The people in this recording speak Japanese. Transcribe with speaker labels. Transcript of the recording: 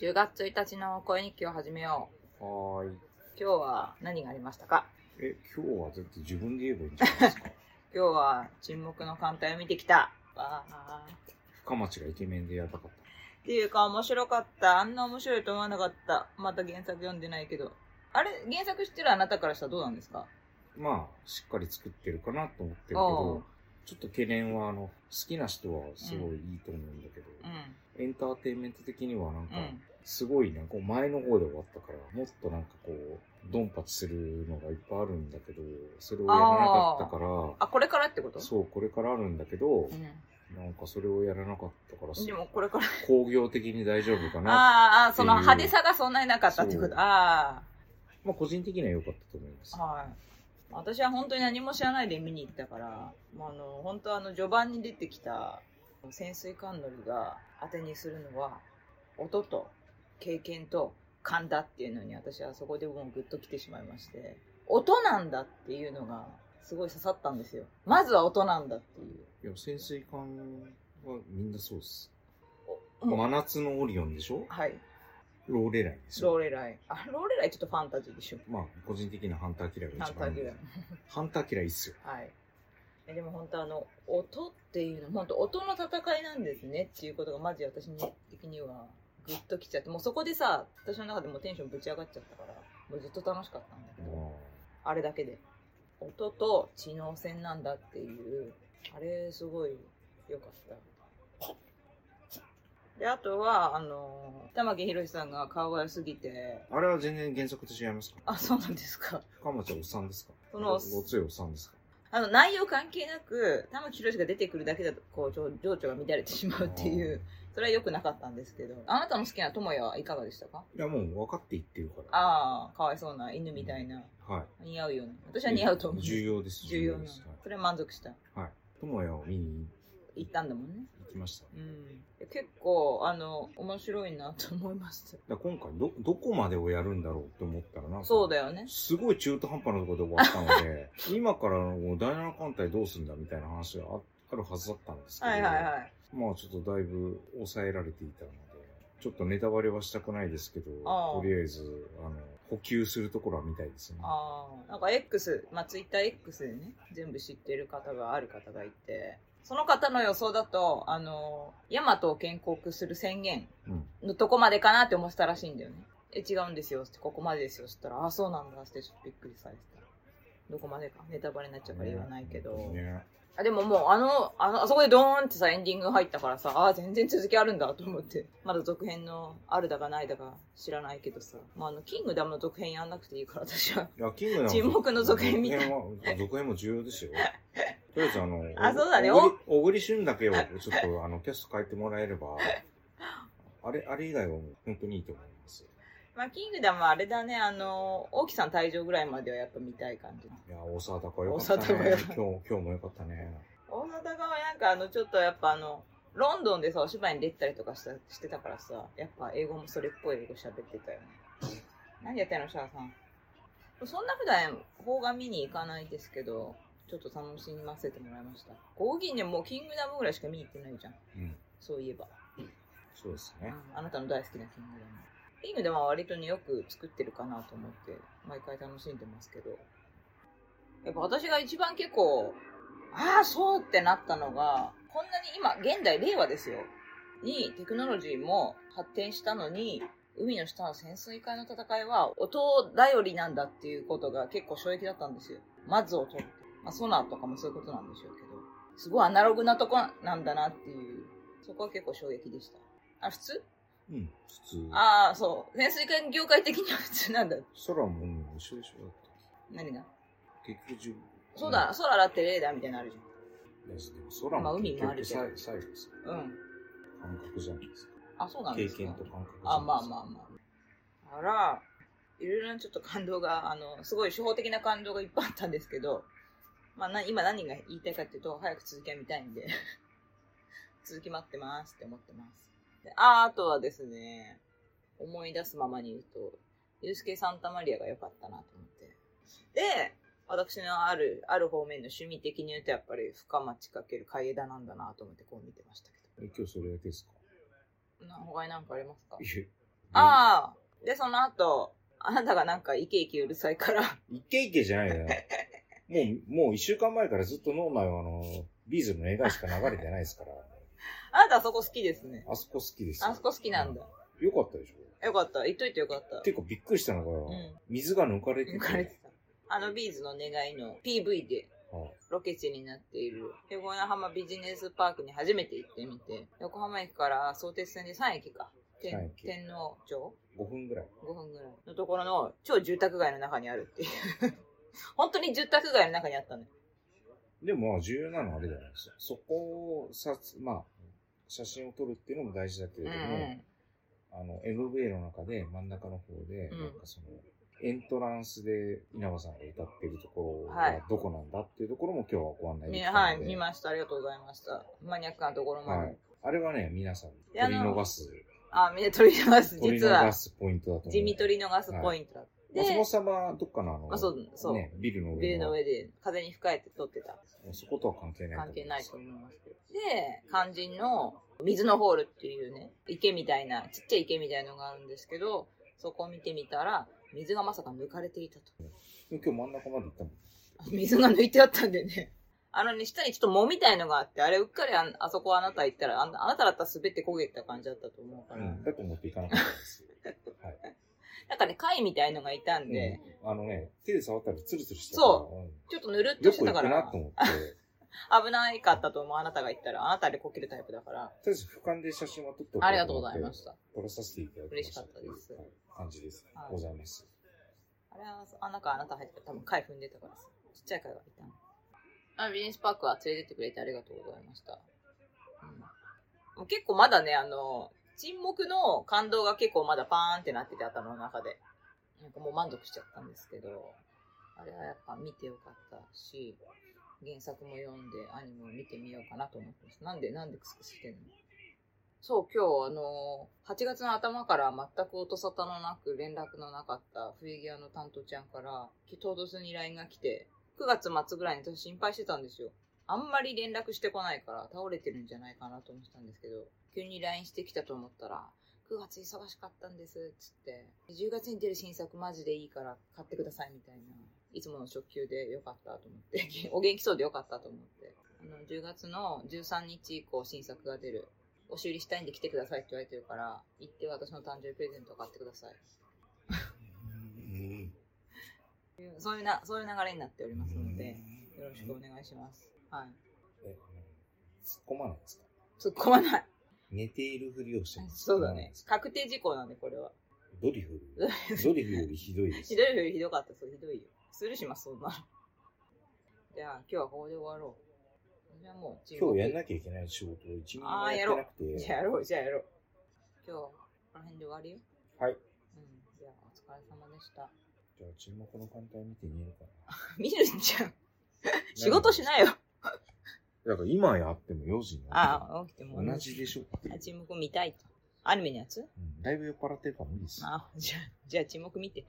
Speaker 1: 10月1日の声日記を始めよう。
Speaker 2: はーい。
Speaker 1: 今日は何がありましたか
Speaker 2: え、今日はだって自分で言えばいいんじ ゃないですか。
Speaker 1: 今日は沈黙の艦隊を見てきた。わー
Speaker 2: 深町がイケメンでやばかっ
Speaker 1: っていうか面白かった。あんな面白いと思わなかった。また原作読んでないけど。あれ原作知ってるあなたからしたらどうなんですか
Speaker 2: た。まあ、しっかり作ってるかなと思ってるけ
Speaker 1: おう
Speaker 2: ど、ちょっと懸念は、あの、好きな人はすごいいいと思うんだけど、
Speaker 1: う
Speaker 2: エンターテインメント的にはなんか
Speaker 1: ん。う、ん。
Speaker 2: すごいなんか前の方で終わったから、もっとなんかこう、ドンパチするのがいっぱいあるんだけど、それをやらなかったから、
Speaker 1: あ、これからってこと
Speaker 2: そう、これからあるんだけど
Speaker 1: う、ん。
Speaker 2: なんかそれをやらなかったから、
Speaker 1: でもこれから。
Speaker 2: 工業的に大丈夫かな。
Speaker 1: あーあー、その派手さがそんなになかったってこ
Speaker 2: そ
Speaker 1: と。
Speaker 2: う
Speaker 1: あ
Speaker 2: まあ個人的には良かったと思います
Speaker 1: あ。。はい。私は本当に何も知らないで見に行ったから、まあ、あの本当あの序盤に出てきた潜水艦乗りが当てにするのは音と経験と勘だっていうのに私はそこでもうグッときてしまいまして音なんだっていうのがすごい刺さったんですよまずは音なんだっていう
Speaker 2: いや、潜水艦はみんなそうっす。
Speaker 1: おもう
Speaker 2: 真夏のオリオンでしょ
Speaker 1: はい
Speaker 2: ローレライです
Speaker 1: ロ
Speaker 2: よ。
Speaker 1: ーレライあローレライちょっとファンタジーでしょ
Speaker 2: まあ、個人的なハンターキラーが
Speaker 1: ハン
Speaker 2: 一
Speaker 1: タ
Speaker 2: 番い
Speaker 1: ー
Speaker 2: い
Speaker 1: ギラー
Speaker 2: ハンターキラーいいっすよ。
Speaker 1: はい。えでも本当あの音っていうの本当音の戦いなんですねっていうことがマジ私に的にはグッときちゃってもうそこでさ私の中でもうテンションぶち上がっちゃったからもうずっと楽しかったんだけ
Speaker 2: ま
Speaker 1: どあれだけで音と知能戦なんだっていうあれすごい良かった。であとはあの玉木宏さんが顔が良すぎて
Speaker 2: あ、あれは全然原作と違いますか
Speaker 1: あそうなんですか
Speaker 2: 深町はおっさんですか
Speaker 1: その
Speaker 2: ごごついおっさんですか
Speaker 1: あの内容関係なく玉木宏が出てくるだけだとこうちょ情緒が乱れてしまうっていう。それは良くなかったんですけどあなたの好きな友也はいかがでしたか
Speaker 2: いや、もう分かっていってるから。
Speaker 1: ああかわいそうな犬みたいな
Speaker 2: はい。
Speaker 1: 似合うような私は似合うと思う
Speaker 2: 重要です。
Speaker 1: 重要な
Speaker 2: です。は
Speaker 1: それは満足した
Speaker 2: いはい。友也を見に
Speaker 1: 行ったんだもんね
Speaker 2: 行きました。だ
Speaker 1: うん結構あの面白いなと思いまし
Speaker 2: から今回ど、どこまでをやるんだろうって思ったらな
Speaker 1: た
Speaker 2: んか
Speaker 1: そうだよね
Speaker 2: すごい中途半端なところで終わったので、 今からの第7艦隊どうすんだみたいな話がああるはずだったんですけど、
Speaker 1: はいはいはい
Speaker 2: まあちょっとだいぶ抑えられていたので、ちょっとネタバレはしたくないですけど、
Speaker 1: ああ
Speaker 2: とりあえず、あの、補給するところは見たいですね。
Speaker 1: ああなんか X、まあ、TwitterX でね全部知ってる方がある方がいてその方の予想だとあのヤマトを建国する宣言
Speaker 2: うん。
Speaker 1: のとこまでかなって思ってたらしいんだよねえ違うんですよってここまでですよって言ったらああそうなんだってちょっとびっくりされてたどこまでかネタバレになっちゃうから言わないけど、
Speaker 2: ね。
Speaker 1: あでももうあのあのあそこでドーンってさエンディング入ったからさあー全然続きあるんだと思ってまだ続編のあるだかないだか知らないけどさ、まあ、あのキングダムの続編やんなくていいから私はい
Speaker 2: や、キングダム
Speaker 1: 沈黙の続編みたい
Speaker 2: 続編は続編も重要ですよ。とりあえずあの、
Speaker 1: あそうだね
Speaker 2: 小栗小栗旬だけをちょっとあの、キャスト変えてもらえれ ば、あれ、あれ以外はもう本当にいいと思います。
Speaker 1: まあ、キングダムはあれだね、あの、大木さん退場ぐらいまではやっぱ見たい感じ。
Speaker 2: いや、大沢たかよかっ
Speaker 1: 大沢
Speaker 2: た
Speaker 1: たか
Speaker 2: ね
Speaker 1: よ。
Speaker 2: 今日、今日もよかったね。
Speaker 1: 大阪がなんかあの、ちょっとやっぱあの、ロンドンでさ、お芝居に出てたりとかしたしてたからさ、やっぱ英語もそれっぽい英語喋ってたよね。何やってんの、シャアさん。そんな普段、邦画見に行かないですけど、ちょっと楽しませてもらいました。ゴギね、もうキングダムぐらいしか見に行ってないじゃん。
Speaker 2: うん。
Speaker 1: そういえば。
Speaker 2: そうですね。
Speaker 1: あなたの大好きなキングダム。キングダムは割とね、よく作ってるかなと思って、毎回楽しんでますけど。やっぱ私が一番結構、ああ、そうってなったのが、こんなに今、現代、令和ですよ。に、テクノロジーも発展したのに、海の下の潜水艦の戦いは音頼りなんだっていうことが結構衝撃だったんですよ。まず音って。まあ、ソナーとかもそういうことなんでしょうけど、すごいアナログなとこなんだなっていう、そこは結構衝撃でした。あ、普通
Speaker 2: うん、普通。
Speaker 1: ああ、そう。潜水艦業界的には普通なんだ。
Speaker 2: 空も海も一緒でしょだっ
Speaker 1: 何が
Speaker 2: て。結局、じゅ
Speaker 1: そうだ、。空洗ってレーダーみたいなのあるじ
Speaker 2: うんですでも空
Speaker 1: まあ
Speaker 2: も
Speaker 1: 海
Speaker 2: 結
Speaker 1: もある
Speaker 2: 局
Speaker 1: けど
Speaker 2: さい最後です
Speaker 1: ゃん。うん。
Speaker 2: から感覚じゃないですか。
Speaker 1: あ、そうなん
Speaker 2: 経
Speaker 1: ですか
Speaker 2: 験と感覚じゃないですか。
Speaker 1: あ、まあまあまあ。あら、いろいろなちょっと感動が、あの、すごい初歩的な感動がいっぱいあったんですけど、まあな、今何が言いたいかっていうと、早く続きは見たいんで、 続き待ってますって思ってます。であー、あとはですね、思い出すままに言うと、ユースケ・サンタマリアが良かったなと思って。で、私のある、ある方面の趣味的に言うと、やっぱり深町かける海枝なんだなと思ってこう見てましたけ
Speaker 2: え今日それだけですか
Speaker 1: ど。な他に何かありますか
Speaker 2: いえ、
Speaker 1: ああ、で、その後、あなたがなんかイケイケうるさいから、
Speaker 2: イケイケじゃないな。もう、もう一週間前からずっと脳内はあの、ビーズの願いしか流れてないですから、
Speaker 1: あなたあそこ好きですね。
Speaker 2: あそこ好きですよ
Speaker 1: あそこ好きなんだ。
Speaker 2: よかったでしょ
Speaker 1: よかった。言っといてよかった。
Speaker 2: ていうかびっくりしたのが、
Speaker 1: ん
Speaker 2: 水が抜かれてて
Speaker 1: 抜かれてた。あのビーズの願いの PV で
Speaker 2: はい
Speaker 1: ロケ地になっている横浜ビジネスパークに初めて行ってみて、横浜駅から相鉄線で3駅か。
Speaker 2: 三
Speaker 1: 天
Speaker 2: 駅
Speaker 1: 天皇町
Speaker 2: 5分ぐらい。
Speaker 1: ?5 分ぐらいのところの超住宅街の中にあるっていう。 本当に住宅街の中にあったのよ。
Speaker 2: でもまあ重要なのはあれじゃないですか。そこをさ、まあ、写真を撮るっていうのも大事だけれ
Speaker 1: う
Speaker 2: ども、
Speaker 1: ん。
Speaker 2: あの、MV の中で真ん中の方で、
Speaker 1: うん
Speaker 2: なんかその、エントランスで稲葉さんが歌ってるところ
Speaker 1: はい
Speaker 2: がどこなんだっていうところも今日はご案内
Speaker 1: み
Speaker 2: でき
Speaker 1: は
Speaker 2: た
Speaker 1: い、
Speaker 2: ので、
Speaker 1: 見ました。ありがとうございました。マニアックなところまで。
Speaker 2: はいあれはね、皆さん
Speaker 1: であ
Speaker 2: 取り
Speaker 1: の
Speaker 2: 逃す、
Speaker 1: あ、みんな取り逃す。
Speaker 2: 取り
Speaker 1: 実
Speaker 2: 逃
Speaker 1: は、
Speaker 2: すポイントだと思う。
Speaker 1: 地味取り逃すポイントだった。
Speaker 2: 松本
Speaker 1: で、
Speaker 2: 様どっかのあの、
Speaker 1: あそうそう
Speaker 2: ね、ビルの
Speaker 1: ビ
Speaker 2: 上
Speaker 1: ル
Speaker 2: の
Speaker 1: の上で風に吹かれて撮ってた。
Speaker 2: そことは関係ないと思
Speaker 1: 関係ないと
Speaker 2: い
Speaker 1: 思いますけど。で、肝心の水のホールっていうね、池みたいな、ちっちゃい池みたいのがあるんですけど、そこを見てみたら、水がまさか抜かれていたと。
Speaker 2: ます。今日真ん中まで行ったもん。
Speaker 1: 水が抜いてあったんでね。あのね、下にちょっと藻みたいのがあって、あれうっかりあんあそこあなた行ったら、あんあなただったら滑って焦げた感じだったと思うから。
Speaker 2: うん、だと思って行かなかったんですよ。
Speaker 1: なんかね、貝みたいのがいたんで、
Speaker 2: うんあのね、手で触ったらツルツルしてた
Speaker 1: そ
Speaker 2: うん
Speaker 1: ちょっとぬるっと
Speaker 2: よ
Speaker 1: して
Speaker 2: く
Speaker 1: た
Speaker 2: 行
Speaker 1: か
Speaker 2: く
Speaker 1: ら
Speaker 2: な、と思って。
Speaker 1: 危ないかったと思う、あなたが行ったら。あなたあれこけるタイプだから。
Speaker 2: とりあえず俯瞰で写真は撮っておこうと思って
Speaker 1: ありがとうございました。
Speaker 2: 撮らさせていただきま
Speaker 1: 嬉しかったです
Speaker 2: はい感じです、
Speaker 1: はい
Speaker 2: ございます。
Speaker 1: あれは、あなんかあなた入ったら多分貝踏んでたからさ。ちっちゃい貝がいたの。あビジネスパークは連れてってくれてありがとうございました。うん、もう結構まだね、あの、沈黙の感動が結構まだパーンってなってて頭の中で。なんかもう満足しちゃったんですけど、あれはやっぱ見てよかったし、原作も読んでアニメを見てみようかなと思ってます。なんで、なんでクスクスしてんのそう、今日、あのー、8月の頭から全く音沙汰のなく連絡のなかったフィギュアの担当ちゃんから、唐突に LINE が来て、9月末ぐらいに私心配してたんですよ。あんまり連絡してこないから倒れてるんじゃないかなと思ってたんですけど、急に LINE してきたと思ったら、9月忙しかったんです、つって。10月に出る新作マジでいいから買ってくださいみたいな。いつもの初級でよかったと思って。 お元気そうでよかったと思って。あの、10月の13日以降新作が出る。押し売りしたいんで来てくださいって言われてるから、行って私の誕生日プレゼントを買ってください。そういうな、そういう流れになっておりますので、よろしくお願いします。はい。
Speaker 2: え突っ込まないですか
Speaker 1: 突っ込ま ない。
Speaker 2: 寝ているふりをしてます
Speaker 1: そうだね。。確定事項なんで、これは。
Speaker 2: ドリフ。ドリフよりひどいです
Speaker 1: ひ。どいよりひどかった、そう、ひどいよ。するします、そんなの。じゃあ、今日はここで終わろう。じゃあもう、
Speaker 2: 今日やん
Speaker 1: ない。
Speaker 2: なきゃいけない仕事を一
Speaker 1: あ
Speaker 2: 日も
Speaker 1: ー
Speaker 2: や
Speaker 1: や
Speaker 2: って
Speaker 1: ろう
Speaker 2: なくて。
Speaker 1: じゃあやろう、じゃあやろう。今日はこの辺で終わりよ。
Speaker 2: はい。
Speaker 1: うん。じゃあ、お疲れ様でした。
Speaker 2: じゃあ沈黙の艦隊見てみようかな。
Speaker 1: 見るんじゃん。仕事しないよ。
Speaker 2: だから今やっても4時にな
Speaker 1: ああ、起きて
Speaker 2: る
Speaker 1: も
Speaker 2: 同じでしょっていう
Speaker 1: あ、沈黙見たいと。アニメのやつ
Speaker 2: うんだいぶ酔っ払ってるから無理です。
Speaker 1: あ、じゃあ、じゃあ沈黙見て。